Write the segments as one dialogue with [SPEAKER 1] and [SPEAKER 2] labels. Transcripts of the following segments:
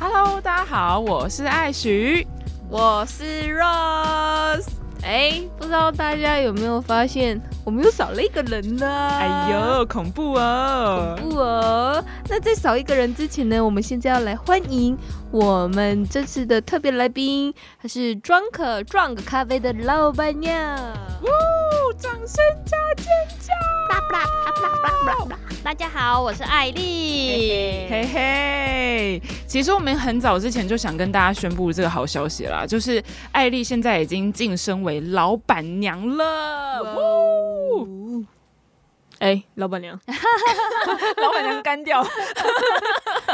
[SPEAKER 1] Hello，大家好，我是艾许。
[SPEAKER 2] 我是 Rose。哎，不知道大家有没有发现，我们又少了一个人呢？
[SPEAKER 1] 哎，呦，恐怖哦！
[SPEAKER 2] 不哦。那在少一个人之前呢，我们现在要来欢迎我们这次的特别来宾，她是庄可壮个咖啡的老板娘。
[SPEAKER 1] 呜，掌声加尖叫！
[SPEAKER 3] 啦啦啦啦啦啦！大家好，我是艾丽。
[SPEAKER 1] 嘿嘿，其实我们很早之前就想跟大家宣布这个好消息啦，就是艾丽现在已经晋升为老板娘了。
[SPEAKER 2] 哦
[SPEAKER 1] 呜，
[SPEAKER 2] 哎，老板娘，
[SPEAKER 1] 老板娘干掉。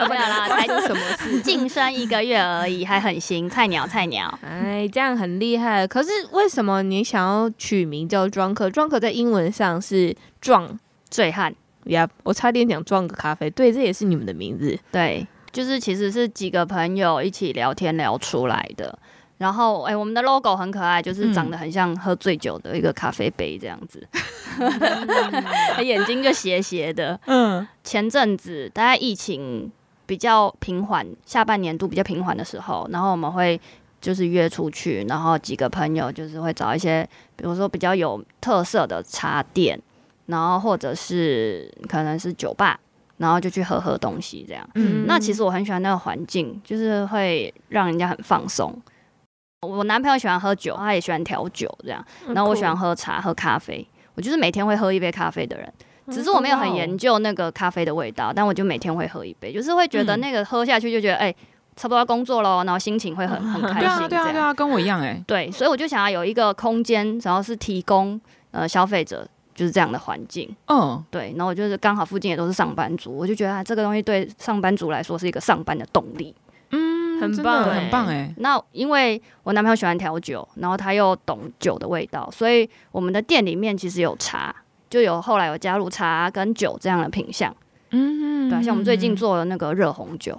[SPEAKER 3] 没有啦， 才
[SPEAKER 2] 这是什么事？
[SPEAKER 3] 晋升一个月而已，还很新，菜鸟菜鸟。
[SPEAKER 2] 哎，这样很厉害。可是为什么你想要取名叫庄可？庄可在英文上是壮
[SPEAKER 3] 醉汉，
[SPEAKER 2] 呀我差点讲壮个咖啡。对，这也是你们的名字。
[SPEAKER 3] 对，就是其实是几个朋友一起聊天聊出来的。然后，哎、我们的 logo 很可爱，就是长得很像喝醉酒的一个咖啡杯这样子，眼睛就斜斜的。
[SPEAKER 1] 嗯，
[SPEAKER 3] 前阵子大概疫情比较平缓，下半年度比较平缓的时候，然后我们会就是约出去，然后几个朋友就是会找一些，比如说比较有特色的茶店，然后或者是可能是酒吧，然后就去喝喝东西这样。
[SPEAKER 1] 嗯
[SPEAKER 3] 那其实我很喜欢那个环境，就是会让人家很放松。我男朋友喜欢喝酒，他也喜欢调酒这样，
[SPEAKER 1] 嗯
[SPEAKER 3] 然后我喜欢喝茶、喝咖啡，我就是每天会喝一杯咖啡的人。
[SPEAKER 1] 嗯
[SPEAKER 3] 只是我没有
[SPEAKER 1] 哦
[SPEAKER 3] 很研究那个咖啡的味道，但我就每天会喝一杯，就是会觉得
[SPEAKER 1] 嗯
[SPEAKER 3] 那个喝下去就觉得哎、差不多要工作喽，然后心情会 很很 开
[SPEAKER 1] 对啊，
[SPEAKER 3] 心这
[SPEAKER 1] 对啊，对
[SPEAKER 3] 样。
[SPEAKER 1] 啊，跟我一样哎。
[SPEAKER 3] 对，所以我就想要有一个空间，然后是提供呃消费者就是这样的环境。
[SPEAKER 1] 嗯，
[SPEAKER 3] 对，然后我就是刚好附近也都是上班族，我就觉得、啊、这个东西对上班族来说是一个上班的动力。
[SPEAKER 1] 嗯
[SPEAKER 2] 很
[SPEAKER 1] 真的
[SPEAKER 2] 棒
[SPEAKER 1] 很
[SPEAKER 3] 哎
[SPEAKER 1] 棒哎。
[SPEAKER 3] 那因为我男朋友喜欢调酒，然后他又懂酒的味道，所以我们的店里面其实有茶，就有后来有加入茶跟酒这样的品相。
[SPEAKER 1] 嗯，
[SPEAKER 3] 对、啊，像我们最近做了那个热红酒，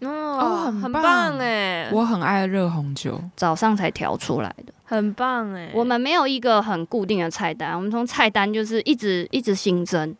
[SPEAKER 2] 哦，
[SPEAKER 1] 很
[SPEAKER 2] 很
[SPEAKER 1] 棒
[SPEAKER 2] 棒哎，
[SPEAKER 1] 我很爱热红酒。
[SPEAKER 3] 早上才调出来的。
[SPEAKER 2] 很棒哎，
[SPEAKER 3] 我们没有一个很固定的菜单，我们从菜单就是一直一直新增，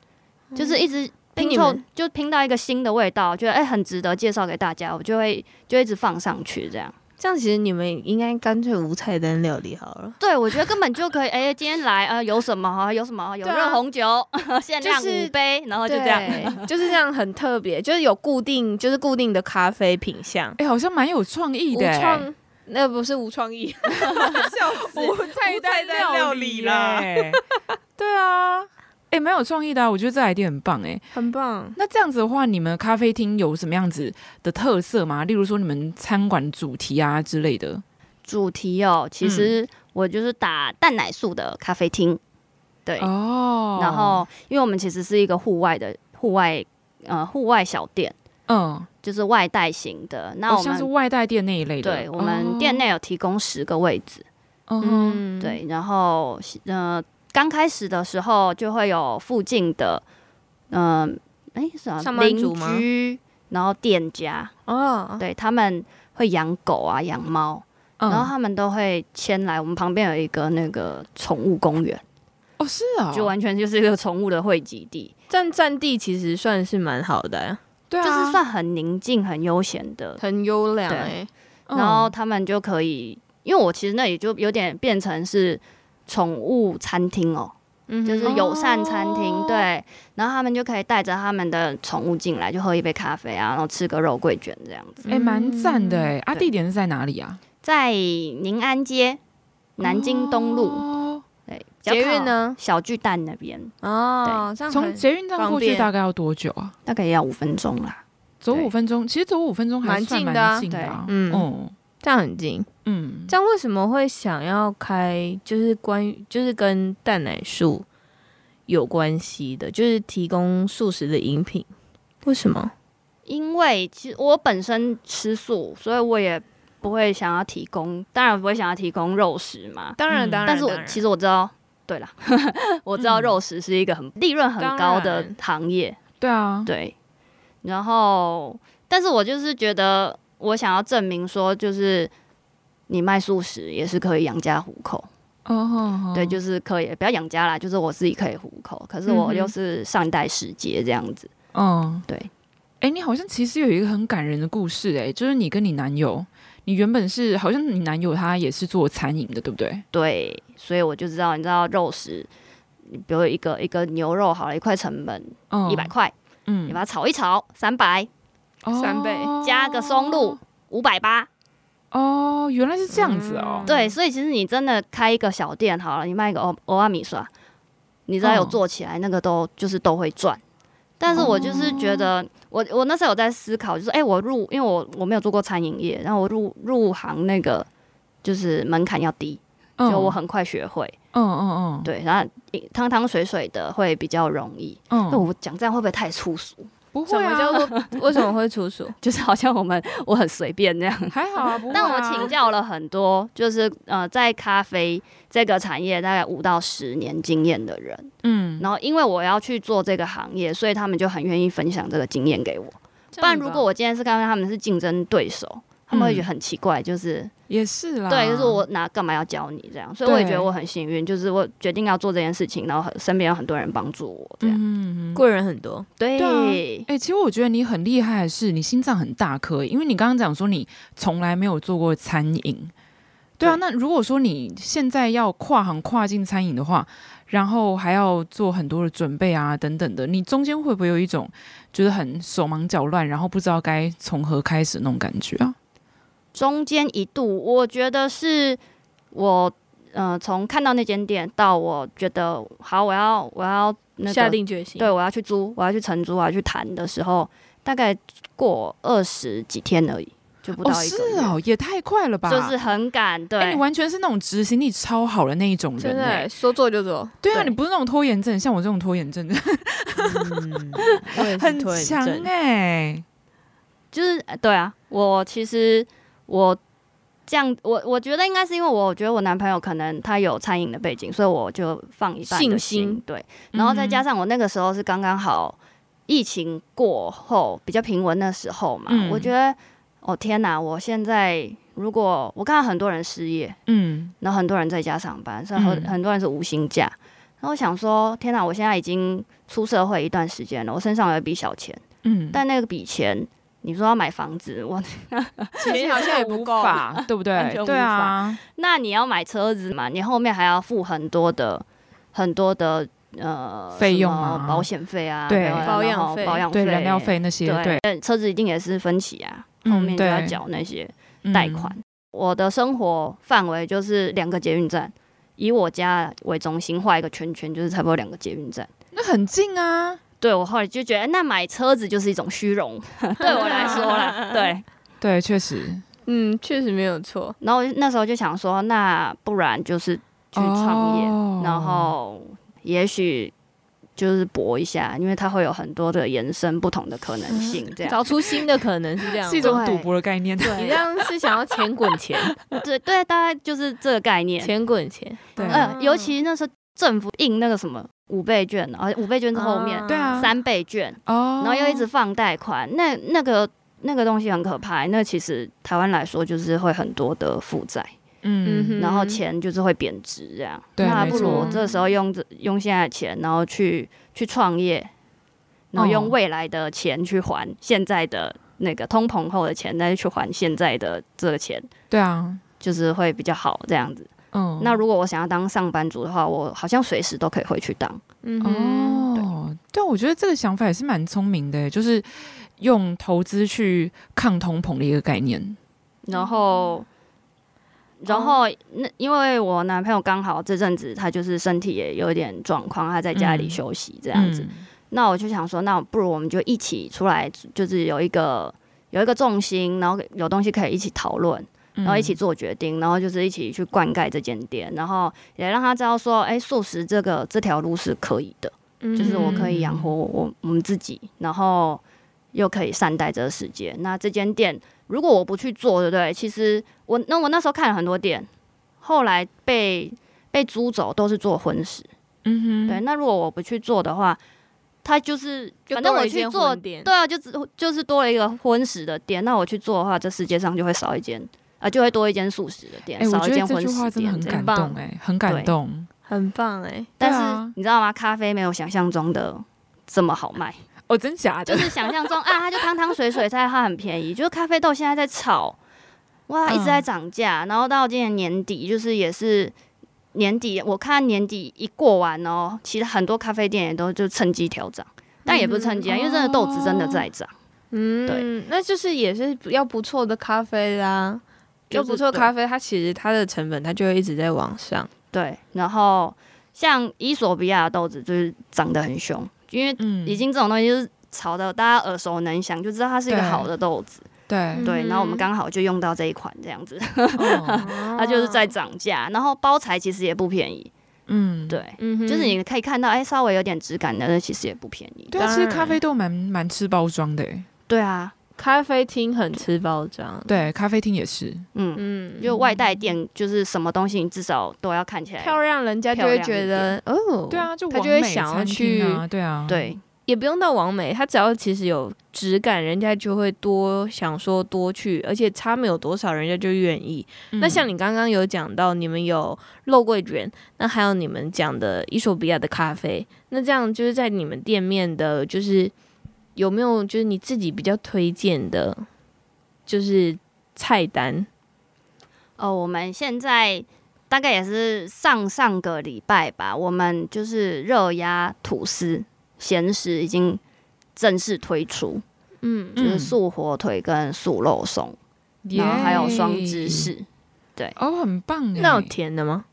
[SPEAKER 3] 就是一
[SPEAKER 1] 嗯
[SPEAKER 3] 直
[SPEAKER 1] 哎
[SPEAKER 3] 拼
[SPEAKER 2] 那
[SPEAKER 3] 凑
[SPEAKER 2] 你们，
[SPEAKER 3] 就拼到一个新的味道，觉得哎、很值得介绍给大家，我就会就一直放上去这样。
[SPEAKER 2] 这样，其实你们应该干脆无菜单料理好了。
[SPEAKER 3] 对，我觉得根本就可以，哎、今天来呃有什么哈，有什么有
[SPEAKER 2] 对啊
[SPEAKER 3] 热红酒， 限量
[SPEAKER 2] 哦就是
[SPEAKER 3] 五杯，然后就这样。
[SPEAKER 2] 对，就是这样很特别，就是有固定，就是固定的咖啡品相，
[SPEAKER 1] 哎，好像蛮有创意
[SPEAKER 2] 无
[SPEAKER 1] 的哎。
[SPEAKER 2] 创，那不是无创 意，
[SPEAKER 1] 笑 死，菜单料理 啦。对啊，哎、蛮有创意的、啊，我觉得这 idea 很棒哎、
[SPEAKER 2] 很棒。
[SPEAKER 1] 那这样子的话，你们咖啡厅有什么样子的特色吗？例如说你们餐馆主题啊之类的。
[SPEAKER 3] 主题哦，其实我就是打蛋奶素的咖啡厅，对，
[SPEAKER 1] 哦
[SPEAKER 3] 然后因为我们其实是一个户外的户外呃户外小店，
[SPEAKER 1] 嗯，
[SPEAKER 3] 就是外带型的。那
[SPEAKER 1] 好
[SPEAKER 3] 我
[SPEAKER 1] 哦像
[SPEAKER 3] 们、
[SPEAKER 1] 是外带店那一类的。
[SPEAKER 3] 对我们店内有提供十个位置，
[SPEAKER 1] 哦，嗯
[SPEAKER 2] 嗯，
[SPEAKER 3] 对，然后呃刚开始的时候就会有附近的嗯哎、诶什么
[SPEAKER 2] 上班族吗
[SPEAKER 3] 邻居，然后店家，
[SPEAKER 2] 哦，
[SPEAKER 3] 对他们会养狗啊养猫，
[SPEAKER 1] 嗯，
[SPEAKER 3] 然后他们都会迁来我们旁边有一个那个宠物公园，
[SPEAKER 1] 哦是啊、
[SPEAKER 3] 就完全就是一个宠物的汇集地，
[SPEAKER 2] 占占地其实算是蛮好的欸，
[SPEAKER 1] 对啊，
[SPEAKER 3] 就是算很宁静、很悠闲的。
[SPEAKER 2] 很优良
[SPEAKER 3] 对
[SPEAKER 2] 哎。
[SPEAKER 1] 嗯
[SPEAKER 3] 然后他们就可以，因为我其实那里就有点变成是宠物餐厅哦，
[SPEAKER 2] 嗯哼
[SPEAKER 3] 就是友善餐厅、
[SPEAKER 1] 哦
[SPEAKER 3] 对。然后他们就可以带着他们的宠物进来，就喝一杯咖啡啊，然后吃个肉桂卷这样子，
[SPEAKER 1] 哎蛮赞的哎、啊，
[SPEAKER 3] 嗯对
[SPEAKER 1] 地点是在哪里啊？
[SPEAKER 3] 在宁安街、南京东路、
[SPEAKER 1] 哦，
[SPEAKER 3] 对，比较
[SPEAKER 2] 捷
[SPEAKER 3] 靠
[SPEAKER 2] 运？呢？
[SPEAKER 3] 小巨蛋那边
[SPEAKER 2] 哦，这样
[SPEAKER 1] 从
[SPEAKER 2] 很
[SPEAKER 1] 捷运站过
[SPEAKER 2] 方
[SPEAKER 1] 去
[SPEAKER 2] 便
[SPEAKER 1] 大概要多久啊？
[SPEAKER 3] 大概也要五分钟啦。
[SPEAKER 1] 走
[SPEAKER 3] 对
[SPEAKER 1] 五分钟，其实走五分钟还
[SPEAKER 2] 蛮
[SPEAKER 1] 算
[SPEAKER 2] 近的啊
[SPEAKER 1] 蛮近的啊。
[SPEAKER 2] 对嗯
[SPEAKER 1] 哦
[SPEAKER 2] 这样很近。
[SPEAKER 1] 嗯，
[SPEAKER 2] 这样为什么会想要开？就是关于就是跟蛋奶素有关系的，就是提供素食的饮品。为什么？
[SPEAKER 3] 因为其实我本身吃素，所以我也不会想要提供，当然不会想要提供肉食嘛。
[SPEAKER 2] 当
[SPEAKER 1] 然当
[SPEAKER 3] 但是我其实我知道对啦， 我知道肉食是一个很利润很高的
[SPEAKER 1] 嗯当然
[SPEAKER 3] 行业，
[SPEAKER 1] 对啊，
[SPEAKER 3] 对。然后，但是我就是觉得，我想要证明说，就是你卖素食也是可以养家糊口，
[SPEAKER 1] 哦，
[SPEAKER 3] 对，就是可以不要养家啦，就是我自己可以糊口。可是我
[SPEAKER 1] 嗯哼
[SPEAKER 3] 又是上一代使节这样子，
[SPEAKER 1] 嗯，
[SPEAKER 3] 对。
[SPEAKER 1] 哎、你好像其实有一个很感人的故事、诶，哎，就是你跟你男友，你原本是好像你男友他也是做餐饮的，对不对？
[SPEAKER 3] 对，所以我就知道，你知道肉食，比如一个一个牛肉好了，一块成本
[SPEAKER 1] 嗯
[SPEAKER 3] 一百，块，
[SPEAKER 1] 嗯
[SPEAKER 3] 你把它炒一炒，三百，
[SPEAKER 2] 三倍
[SPEAKER 3] 加个松露五百八，
[SPEAKER 1] 哦，原来是这样子哦
[SPEAKER 2] 嗯，
[SPEAKER 3] 对，所以其实你真的开一个小店好了，你卖一个欧欧阿米刷，你只要有
[SPEAKER 1] 嗯
[SPEAKER 3] 做起来，那个都就是都会赚。但是我就是觉
[SPEAKER 1] 嗯
[SPEAKER 3] 得，我我那时候有在思考，就是哎、我入，因为我我没有做过餐饮业，然后我入入行那个就是门槛要低，
[SPEAKER 1] 嗯
[SPEAKER 3] 就我，很快学会，
[SPEAKER 1] 嗯嗯嗯，
[SPEAKER 3] 对，然后一汤汤水水的会比较容易。
[SPEAKER 1] 嗯，
[SPEAKER 3] 那、我讲这样会不会太粗俗？
[SPEAKER 1] 不
[SPEAKER 2] 什
[SPEAKER 1] 会
[SPEAKER 2] 么叫
[SPEAKER 1] 啊，
[SPEAKER 2] 做 为什么会出书？
[SPEAKER 3] 就是好像我们我很随便那样。
[SPEAKER 1] 还好啊，不会、啊。
[SPEAKER 3] 但我请，教了很多，就是呃，在咖啡这个产业大概五到十年经验的人，
[SPEAKER 1] 嗯，
[SPEAKER 3] 然后因为我要去做这个行业，所以他们就很愿意分享这个经验给我。不然如果我今天是看到他们是竞争对手，他们会觉得很奇怪，就是、
[SPEAKER 1] 也是啦，
[SPEAKER 3] 嗯对，啊就是我哪干嘛要教你这样？所以我也觉得我很幸运，就是我决定要做这件事情，然后很身边有很多人帮助我这样。
[SPEAKER 1] 嗯，嗯嗯。
[SPEAKER 2] 贵人很多，
[SPEAKER 3] 对啊
[SPEAKER 1] 对哎、其实我觉得你很厉害的是，你心脏很大颗，欸因为你刚刚讲说你从来没有做过餐饮，对啊。
[SPEAKER 3] 对
[SPEAKER 1] 那如果说你现在要跨行跨进餐饮的话，然后还要做很多的准备啊，等等的，你中间会不会有一种觉得很手忙脚乱，然后不知道该从何开始那种感觉啊？
[SPEAKER 3] 中间一度，我觉得是我，呃，从看到那间店到我觉得好，我要我要那个
[SPEAKER 2] 下定决心。
[SPEAKER 3] 嗯对，我要去租，我要去承租，我要去谈的时候，大概过二十几天而已，就不到
[SPEAKER 1] 哦，
[SPEAKER 3] 一
[SPEAKER 1] 是
[SPEAKER 3] 个月，
[SPEAKER 1] 哦，也太快了吧！
[SPEAKER 3] 就是，很赶，对，
[SPEAKER 1] 哎、你完全是那种执行力超好的那一种
[SPEAKER 2] 真
[SPEAKER 1] 人、
[SPEAKER 2] 的
[SPEAKER 1] 欸
[SPEAKER 2] 欸，说做就做，
[SPEAKER 1] 对啊，
[SPEAKER 3] 对
[SPEAKER 1] 你不是那种拖延症，像我这种拖延症，
[SPEAKER 2] 我也
[SPEAKER 1] 很
[SPEAKER 2] 拖延
[SPEAKER 1] 强
[SPEAKER 2] 症
[SPEAKER 1] 哎、
[SPEAKER 3] 就是呃对啊，我其实我这样，我我觉得应该是因为我觉得我男朋友可能他有餐饮的背景，所以我就放一半的
[SPEAKER 2] 信心
[SPEAKER 3] 对，然后再加
[SPEAKER 1] 上，
[SPEAKER 3] 上我那个时候是刚刚好疫情过后比较平稳的时候嘛，
[SPEAKER 1] 嗯
[SPEAKER 3] 我觉得哦天哪，我现在如果我看到很多人失业，
[SPEAKER 1] 嗯，
[SPEAKER 3] 然后很多人在家上班，然后
[SPEAKER 1] 嗯
[SPEAKER 3] 很多人是无薪假。然后我想说，天哪！我现在已经出社会一段时间了，我身上有一笔小钱，
[SPEAKER 1] 嗯，
[SPEAKER 3] 但那个笔钱，你说要买房子，我
[SPEAKER 1] 其
[SPEAKER 2] 实好像也不够
[SPEAKER 1] 无法，对不
[SPEAKER 3] 完
[SPEAKER 1] 对
[SPEAKER 3] 全？无
[SPEAKER 1] 对啊，
[SPEAKER 3] 那你要买车子嘛，你后面还要付很多的很多的呃
[SPEAKER 1] 费用
[SPEAKER 3] 什么
[SPEAKER 1] 啊
[SPEAKER 3] 保险费啊，
[SPEAKER 1] 对
[SPEAKER 3] 然后
[SPEAKER 2] 保养费
[SPEAKER 3] 保养
[SPEAKER 1] 对燃料费那些，对
[SPEAKER 3] 对，，车子一定也是分期啊，
[SPEAKER 1] 嗯
[SPEAKER 3] 后面就要
[SPEAKER 1] 对
[SPEAKER 3] 缴那些
[SPEAKER 1] 嗯
[SPEAKER 3] 贷款。，我的生活范围就是两个捷运站，以我家为中心画一个圈圈，就是差不多两个捷运站。
[SPEAKER 1] 那很近啊，
[SPEAKER 3] 对我后来就觉得，哎那买车子就是一种虚荣， 对我来说啦，对。
[SPEAKER 1] 啊对，确实
[SPEAKER 2] 嗯，确实没有错。
[SPEAKER 3] 然后我那时候就想说，那不然就是去创业，
[SPEAKER 1] 哦
[SPEAKER 3] 然后也许就是搏一下，因为它会有很多的延伸不同的可能性，这样。
[SPEAKER 2] 找出新的可能是这样
[SPEAKER 1] 是一
[SPEAKER 2] 吗，
[SPEAKER 1] 种赌博的概念，
[SPEAKER 2] 你
[SPEAKER 3] 对
[SPEAKER 2] 这样是想要钱滚钱，
[SPEAKER 3] 对对，大概就是这个概念。
[SPEAKER 2] 钱滚钱，
[SPEAKER 1] 对
[SPEAKER 3] 呃，
[SPEAKER 2] 嗯
[SPEAKER 3] 尤其那时候政府印那个什么五倍券，而五倍券是后面、
[SPEAKER 2] 啊
[SPEAKER 1] 对啊，
[SPEAKER 3] 三倍券，
[SPEAKER 1] 哦，
[SPEAKER 3] 然后又一直放贷款，那那个那个东西很可怕。那其实台湾来说就是会很多的负债，
[SPEAKER 1] 嗯，
[SPEAKER 2] 哼
[SPEAKER 3] 然后钱就是会贬值这样。
[SPEAKER 1] 对
[SPEAKER 3] 那
[SPEAKER 1] 没
[SPEAKER 3] 不如
[SPEAKER 1] 错
[SPEAKER 3] 我这时候用这用现在的钱，然后去去创业，然后
[SPEAKER 1] 哦
[SPEAKER 3] 用未来的钱去还现在的那个通膨后的钱，再去还现在的这个钱，
[SPEAKER 1] 对啊，
[SPEAKER 3] 就是会比较好这样子。
[SPEAKER 1] 嗯，
[SPEAKER 3] 那如果我想要当上班族的话，我好像随时都可以回去当。
[SPEAKER 2] 嗯哼，
[SPEAKER 1] 哦，对，我觉得这个想法也是蛮聪明的，就是用投资去抗通膨的一个概念，
[SPEAKER 3] 然后，然后那因为我男朋友刚好这阵子他就是身体也有一点状况，他在家里
[SPEAKER 1] 嗯
[SPEAKER 3] 休息
[SPEAKER 1] 这
[SPEAKER 3] 这样子。，那我就想说，那不如我们就一起出来，就是有一个有一个重心，然后有东西可以一起讨论，
[SPEAKER 1] 嗯
[SPEAKER 3] 然后一起做决定，然后就是一起去灌溉这间店，然后也让他知道说，哎、素食这个这条路是可以的，
[SPEAKER 2] 嗯
[SPEAKER 3] 就是我可以养
[SPEAKER 1] 嗯
[SPEAKER 3] 活我我我们自己，然后又可以善待这个世界。那这间店如果我不去做，对不对？其实我那我那时候看了很多店，后来被被租走都是做荤食。
[SPEAKER 1] 嗯哼，
[SPEAKER 3] 对，那如果我不去做的话，他就是
[SPEAKER 2] 就
[SPEAKER 3] 反正
[SPEAKER 2] 多了
[SPEAKER 3] 我
[SPEAKER 2] 一
[SPEAKER 3] 去
[SPEAKER 2] 间
[SPEAKER 3] 做，
[SPEAKER 2] 混店
[SPEAKER 3] 对啊，就只就是多了一个荤食的店。那我去做的话，这世界上就会少一间啊、就会多一间素食的店，
[SPEAKER 1] 哎、我
[SPEAKER 3] 少
[SPEAKER 1] 觉
[SPEAKER 3] 一
[SPEAKER 1] 得
[SPEAKER 3] 间
[SPEAKER 1] 这
[SPEAKER 3] 荤
[SPEAKER 1] 句话
[SPEAKER 3] 食
[SPEAKER 1] 真的
[SPEAKER 3] 店
[SPEAKER 1] 很
[SPEAKER 3] 这样。
[SPEAKER 1] 感
[SPEAKER 2] 棒
[SPEAKER 1] 动、哎，很
[SPEAKER 3] 对
[SPEAKER 1] 感动。
[SPEAKER 2] 很棒哎、
[SPEAKER 3] 但
[SPEAKER 1] 对啊
[SPEAKER 3] 是你知道吗？咖啡没有想象中的这么好卖，
[SPEAKER 1] 哦，真假的？
[SPEAKER 3] 就是想象中啊，它就汤汤水水，它它很便宜。就是咖啡豆现在在炒，哇，
[SPEAKER 1] 嗯
[SPEAKER 3] 一直在涨价。然后到今年年底，就是也是年底，我看年底一过完哦，其实很多咖啡店也都就趁机调涨，但也不是趁机啊，
[SPEAKER 1] 嗯
[SPEAKER 3] 因为真的豆子真的在涨。
[SPEAKER 2] 嗯，
[SPEAKER 3] 对，
[SPEAKER 2] 那就是也是比较不错的咖啡啦。
[SPEAKER 3] 就
[SPEAKER 2] 就是不错的咖啡，它其实它的成本它就会一直在往上。
[SPEAKER 3] 对，然后像伊索比亚的豆子就是涨得很凶，因为
[SPEAKER 1] 嗯，
[SPEAKER 3] 已经这种东西就是炒的大家耳熟能详，就知道它是一个
[SPEAKER 1] 对
[SPEAKER 3] 好的豆子。
[SPEAKER 1] 对，
[SPEAKER 3] 对，
[SPEAKER 2] 嗯
[SPEAKER 3] 然后我们刚好就用到这一款这样子，
[SPEAKER 1] 哦
[SPEAKER 3] 它就是在涨价。然后包材其实也不便宜，
[SPEAKER 1] 嗯，
[SPEAKER 3] 对，
[SPEAKER 2] 嗯哼，
[SPEAKER 3] 就是你可以看到，哎，稍微有点质感的，那其实也不便宜。
[SPEAKER 1] 对啊，其实
[SPEAKER 2] 当然嗯
[SPEAKER 1] 咖啡豆蛮蛮吃包装的、哎
[SPEAKER 3] 对啊，
[SPEAKER 2] 咖啡厅很吃包装。，
[SPEAKER 1] 对，咖啡厅也是，
[SPEAKER 3] 嗯，
[SPEAKER 2] 嗯，
[SPEAKER 3] 就外带店就是什么东西你至少都要看起来
[SPEAKER 2] 漂亮，人家就会觉得哦，
[SPEAKER 1] 对，啊，就
[SPEAKER 2] 他就
[SPEAKER 1] 完
[SPEAKER 2] 会
[SPEAKER 1] 美
[SPEAKER 2] 想要
[SPEAKER 1] 餐厅啊，对啊，
[SPEAKER 3] 对，
[SPEAKER 2] 也不用到完美，它只要其实有质感，人家就会多想说多去，而且差没有多少，人家就愿意。
[SPEAKER 1] 嗯
[SPEAKER 2] 那像你刚刚有讲到，你们有肉桂卷，那还有你们讲的伊索比亚的咖啡，那这样就是在你们店面的，就是有没有就是你自己比较推荐的，就是菜单？
[SPEAKER 3] 哦，我们现在大概也是上上个礼拜吧，我们就是热压吐司咸食已经正式推出，
[SPEAKER 2] 嗯
[SPEAKER 3] 就是
[SPEAKER 1] 嗯
[SPEAKER 3] 素火腿跟素肉松，
[SPEAKER 1] 耶
[SPEAKER 3] 然后还有双芝，士，
[SPEAKER 1] 哦，很棒哎，
[SPEAKER 2] 那有甜的吗？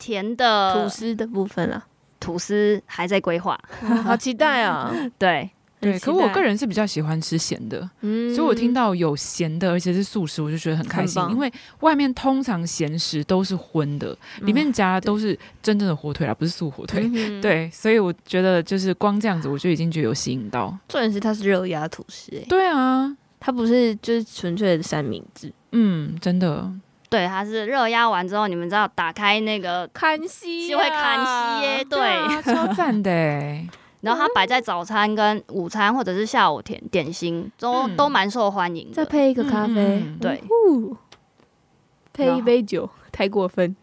[SPEAKER 3] 甜的
[SPEAKER 2] 吐司的部分啊，
[SPEAKER 3] 吐司还在规划，
[SPEAKER 2] 好期待啊！
[SPEAKER 3] 对，
[SPEAKER 1] 对，
[SPEAKER 2] 很期
[SPEAKER 1] 可我
[SPEAKER 2] 待
[SPEAKER 1] 个人是比较喜欢吃咸的，
[SPEAKER 2] 嗯
[SPEAKER 1] 所以我听到有咸的，而且是素食，我就觉得很开心
[SPEAKER 2] 很，棒
[SPEAKER 1] 因为外面通常咸食都是荤的，里面夹的都是真正的火腿啦，不是素火腿。
[SPEAKER 2] 嗯
[SPEAKER 1] 对，所以我觉得就是光这样子，我就已经觉得有吸引到。
[SPEAKER 2] 重点是它是热压吐司、欸，
[SPEAKER 1] 对啊，
[SPEAKER 2] 它不是就是纯粹的三明治，
[SPEAKER 1] 嗯，真 的，
[SPEAKER 3] 对，它是热压完之后，你们知道打开那个，
[SPEAKER 2] 看戏啊
[SPEAKER 3] 就会看戏耶对
[SPEAKER 1] 啊，超赞的哎，
[SPEAKER 3] 然后它摆在早餐跟午餐或者是下午甜点心都、
[SPEAKER 1] 嗯
[SPEAKER 3] 都蛮受欢迎
[SPEAKER 2] 再
[SPEAKER 3] 的。
[SPEAKER 2] 配一个哦咖啡，
[SPEAKER 1] 嗯嗯嗯
[SPEAKER 3] 对，
[SPEAKER 2] 呼配一杯酒， 太过分。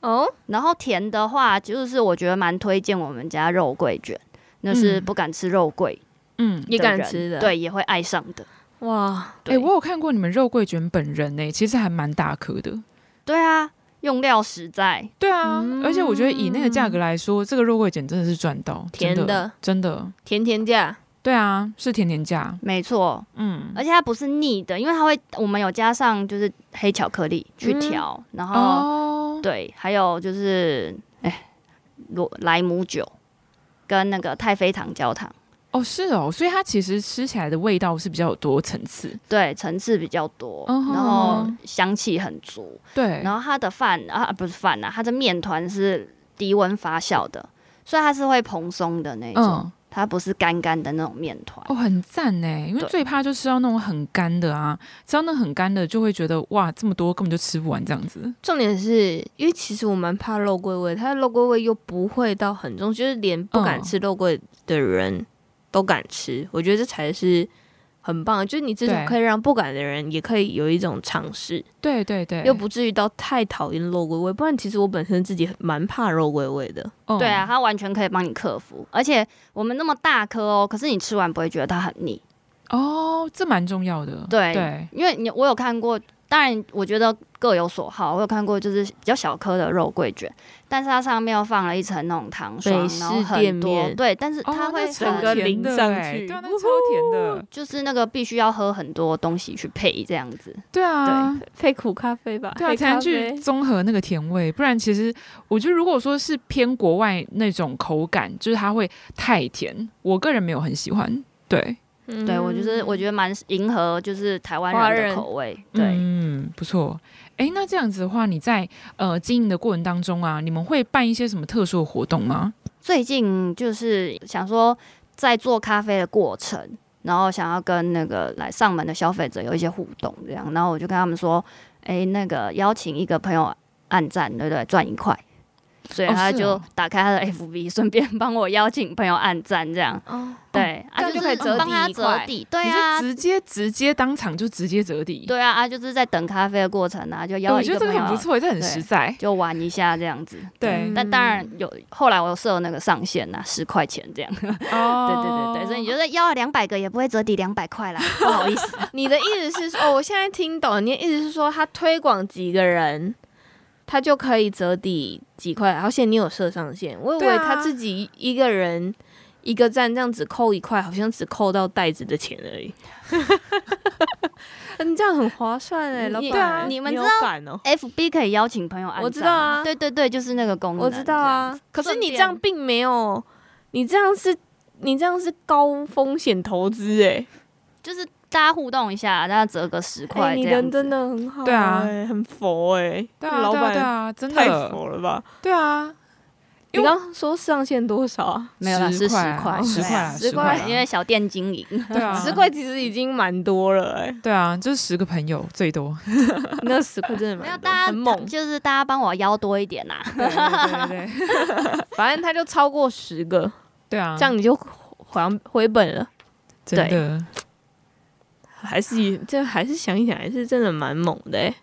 [SPEAKER 2] 哦，
[SPEAKER 3] 然后甜的话，就是我觉得蛮推荐我们家肉桂卷，那是
[SPEAKER 1] 嗯
[SPEAKER 3] 不敢吃肉桂
[SPEAKER 1] 嗯。
[SPEAKER 2] 也
[SPEAKER 3] 的
[SPEAKER 2] 敢
[SPEAKER 3] 人
[SPEAKER 2] 吃的，，
[SPEAKER 3] 对，也会爱上的。
[SPEAKER 2] 哇，
[SPEAKER 1] 哎、
[SPEAKER 3] 对
[SPEAKER 1] 我有看过你们肉桂卷本人呢、其实还蛮大颗的。
[SPEAKER 3] 对啊，用料实在，
[SPEAKER 1] 对啊，
[SPEAKER 3] 嗯
[SPEAKER 1] 而且我觉得以那个价格来说，这个肉桂卷真的是赚到，
[SPEAKER 2] 甜
[SPEAKER 1] 真
[SPEAKER 2] 的
[SPEAKER 1] 的，真的，
[SPEAKER 2] 甜甜价，
[SPEAKER 1] 对啊，是甜甜价，
[SPEAKER 3] 没错，
[SPEAKER 1] 嗯，
[SPEAKER 3] 而且它不是腻的，因为它会我们有加上就是黑巧克力去
[SPEAKER 2] 嗯
[SPEAKER 3] 调，然后、
[SPEAKER 1] 哦，
[SPEAKER 3] 对，还有就是哎，罗莱姆酒跟那个太妃糖焦糖，
[SPEAKER 1] 哦，是哦，所以它其实吃起来的味道是比较有多层次，
[SPEAKER 3] 对，层次比较多，
[SPEAKER 1] 嗯哼
[SPEAKER 3] 然后香气很足，
[SPEAKER 1] 对，
[SPEAKER 3] 然后它的饭啊不是饭啊，它的面团是低温发酵的，所以它是会蓬松的那种，
[SPEAKER 1] 嗯，
[SPEAKER 3] 它不是干干的那种面团。
[SPEAKER 1] 哦，很赞呢，因为
[SPEAKER 3] 对
[SPEAKER 1] 最怕就吃到那种很干的啊，吃到那很干的就会觉得哇，这么多根本就吃不完这样子，
[SPEAKER 2] 重点是因为其实我蛮怕肉桂味，它的肉桂味又不会到很重，就是连不敢
[SPEAKER 1] 嗯
[SPEAKER 2] 吃肉桂的人都敢吃，我觉得这才是很棒的。就是你至少
[SPEAKER 1] 对
[SPEAKER 2] 可以让不敢的人也可以有一种尝试，
[SPEAKER 1] 对对对，
[SPEAKER 2] 又不至于到太讨厌肉桂味。不然其实我本身自己很蛮怕肉桂味的。
[SPEAKER 1] 嗯
[SPEAKER 3] 对啊，，它完全可以帮你克服，而且我们那么大颗哦，可是你吃完不会觉得它很腻。
[SPEAKER 1] 哦，这蛮重要的，
[SPEAKER 3] 对
[SPEAKER 1] 对，
[SPEAKER 3] 因为你我有看过，当然我觉得各有所好。我有看过就是比较小颗的肉桂卷，但是它上面又放了一层那种糖霜
[SPEAKER 2] 美，式
[SPEAKER 3] 然后
[SPEAKER 2] 店
[SPEAKER 3] 很多
[SPEAKER 2] 面
[SPEAKER 3] 对，但是
[SPEAKER 1] 哦
[SPEAKER 3] 它会
[SPEAKER 1] 那超
[SPEAKER 3] 很、
[SPEAKER 2] 整个
[SPEAKER 1] 甜
[SPEAKER 2] 淋
[SPEAKER 1] 的
[SPEAKER 2] 上
[SPEAKER 1] 欸
[SPEAKER 2] 去
[SPEAKER 1] 对啊，那超甜的，
[SPEAKER 3] 就是那个必须要喝很多东西去配这样子。
[SPEAKER 1] 对啊，
[SPEAKER 2] 配苦咖啡吧，
[SPEAKER 1] 对啊，
[SPEAKER 2] 黑
[SPEAKER 1] 才能
[SPEAKER 2] 咖
[SPEAKER 1] 去
[SPEAKER 2] 啡
[SPEAKER 1] 综合那个甜味，不然其实我觉得，如果说是偏国外那种口感，就是它会太甜，我个人没有很喜欢。对，
[SPEAKER 3] 对我就是我觉得蛮迎合就是台
[SPEAKER 2] 嗯华
[SPEAKER 3] 湾人
[SPEAKER 2] 人
[SPEAKER 3] 的口味。对，
[SPEAKER 1] 嗯，不错。诶，那这样子的话，你在呃经营的过程当中啊，你们会办一些什么特殊的活动吗？
[SPEAKER 3] 最近就是想说在做咖啡的过程。然后想要跟那个来上门的消费者有一些互动，这样，然后我就跟他们说，哎、那个邀请一个朋友按赞，对不对？赚一块，所以
[SPEAKER 1] 哦
[SPEAKER 3] 他
[SPEAKER 1] 是
[SPEAKER 3] 就
[SPEAKER 1] 哦
[SPEAKER 3] 打开他的 FB，顺 便帮我邀请朋友按赞，这样
[SPEAKER 2] 哦，
[SPEAKER 3] 对，
[SPEAKER 2] 这
[SPEAKER 3] 啊
[SPEAKER 2] 样就
[SPEAKER 3] 就
[SPEAKER 2] 可以
[SPEAKER 3] 是
[SPEAKER 2] 折
[SPEAKER 3] 帮
[SPEAKER 2] 抵
[SPEAKER 3] 他
[SPEAKER 2] 一
[SPEAKER 3] 折
[SPEAKER 2] 块
[SPEAKER 3] 抵，对
[SPEAKER 1] 你
[SPEAKER 3] 啊
[SPEAKER 1] 是，直接直接当场就直接折抵，
[SPEAKER 3] 对啊，啊就是在等咖啡的过程啊，就
[SPEAKER 1] 哎，
[SPEAKER 3] 邀
[SPEAKER 1] 我
[SPEAKER 3] 一
[SPEAKER 1] 觉得
[SPEAKER 3] 个
[SPEAKER 1] 这
[SPEAKER 3] 朋
[SPEAKER 1] 个很不
[SPEAKER 3] 友
[SPEAKER 1] 错，这很
[SPEAKER 3] 对
[SPEAKER 1] 实在。
[SPEAKER 3] 就玩一下这样子，
[SPEAKER 1] 对，
[SPEAKER 2] 嗯
[SPEAKER 3] 但当然有，后来我有设那个上限呐、啊，十块钱这样。
[SPEAKER 1] 哦
[SPEAKER 3] 对对对对，所以你觉得要两百个也不会折抵两百块啦，不好意思。
[SPEAKER 2] 你的意思是说，哦，我现在听懂了，你的意思是说，他推广几个人，他就可以折抵几块，而且你有设上限。我以
[SPEAKER 1] 对
[SPEAKER 2] 为
[SPEAKER 1] 啊
[SPEAKER 2] 他自己一个人一个站这样只扣一块，好像只扣到袋子的钱而已。 你这样很划算哎，老板，
[SPEAKER 3] 对啊你
[SPEAKER 2] 你
[SPEAKER 3] 们
[SPEAKER 2] 有
[SPEAKER 3] 知道
[SPEAKER 2] 感哦。
[SPEAKER 3] F B 可以邀请朋友按赞，
[SPEAKER 2] 我知道啊
[SPEAKER 3] 对对对，就是那个功能，
[SPEAKER 2] 我知道啊，可是你这样并没有，你这样是，你这样是高风险投资哎、
[SPEAKER 3] 这样，就是大家互动一下，大家折个十
[SPEAKER 2] 哎、
[SPEAKER 3] 块这
[SPEAKER 2] 你
[SPEAKER 3] 样
[SPEAKER 2] 人
[SPEAKER 3] 子。
[SPEAKER 2] 真的很好、欸，
[SPEAKER 1] 对啊，
[SPEAKER 2] 很佛哎、
[SPEAKER 1] 对啊
[SPEAKER 2] 老
[SPEAKER 1] 对啊
[SPEAKER 2] 板
[SPEAKER 1] 对啊，真
[SPEAKER 2] 太
[SPEAKER 1] 的
[SPEAKER 2] 佛了吧？
[SPEAKER 1] 对啊，因
[SPEAKER 2] 你
[SPEAKER 1] 为
[SPEAKER 2] 刚刚说上限多少啊？
[SPEAKER 3] 没有啦，是
[SPEAKER 1] 十
[SPEAKER 3] 十
[SPEAKER 1] 块哦
[SPEAKER 3] 块，
[SPEAKER 1] 十
[SPEAKER 3] 对
[SPEAKER 1] 块
[SPEAKER 3] 啊
[SPEAKER 1] 啦
[SPEAKER 2] 十
[SPEAKER 1] 十
[SPEAKER 2] 块
[SPEAKER 1] 块
[SPEAKER 2] 啊
[SPEAKER 1] 啦，
[SPEAKER 3] 因为小店经 营，
[SPEAKER 1] 对啊
[SPEAKER 2] 十块其实已经蛮多了哎、
[SPEAKER 1] 对啊，就是十个朋友最 多，
[SPEAKER 2] 那十块真的
[SPEAKER 3] 没有
[SPEAKER 2] 蛮多，
[SPEAKER 3] 大
[SPEAKER 2] 很
[SPEAKER 3] 家
[SPEAKER 2] 猛。
[SPEAKER 3] 就是大家帮我邀多一点啦。啊
[SPEAKER 1] 对对对对
[SPEAKER 2] 反正他就超过十个，
[SPEAKER 1] 对啊，
[SPEAKER 2] 这样你就还回本了。
[SPEAKER 1] 真的
[SPEAKER 2] 还是这还是想一想，还是真的蛮猛的欸。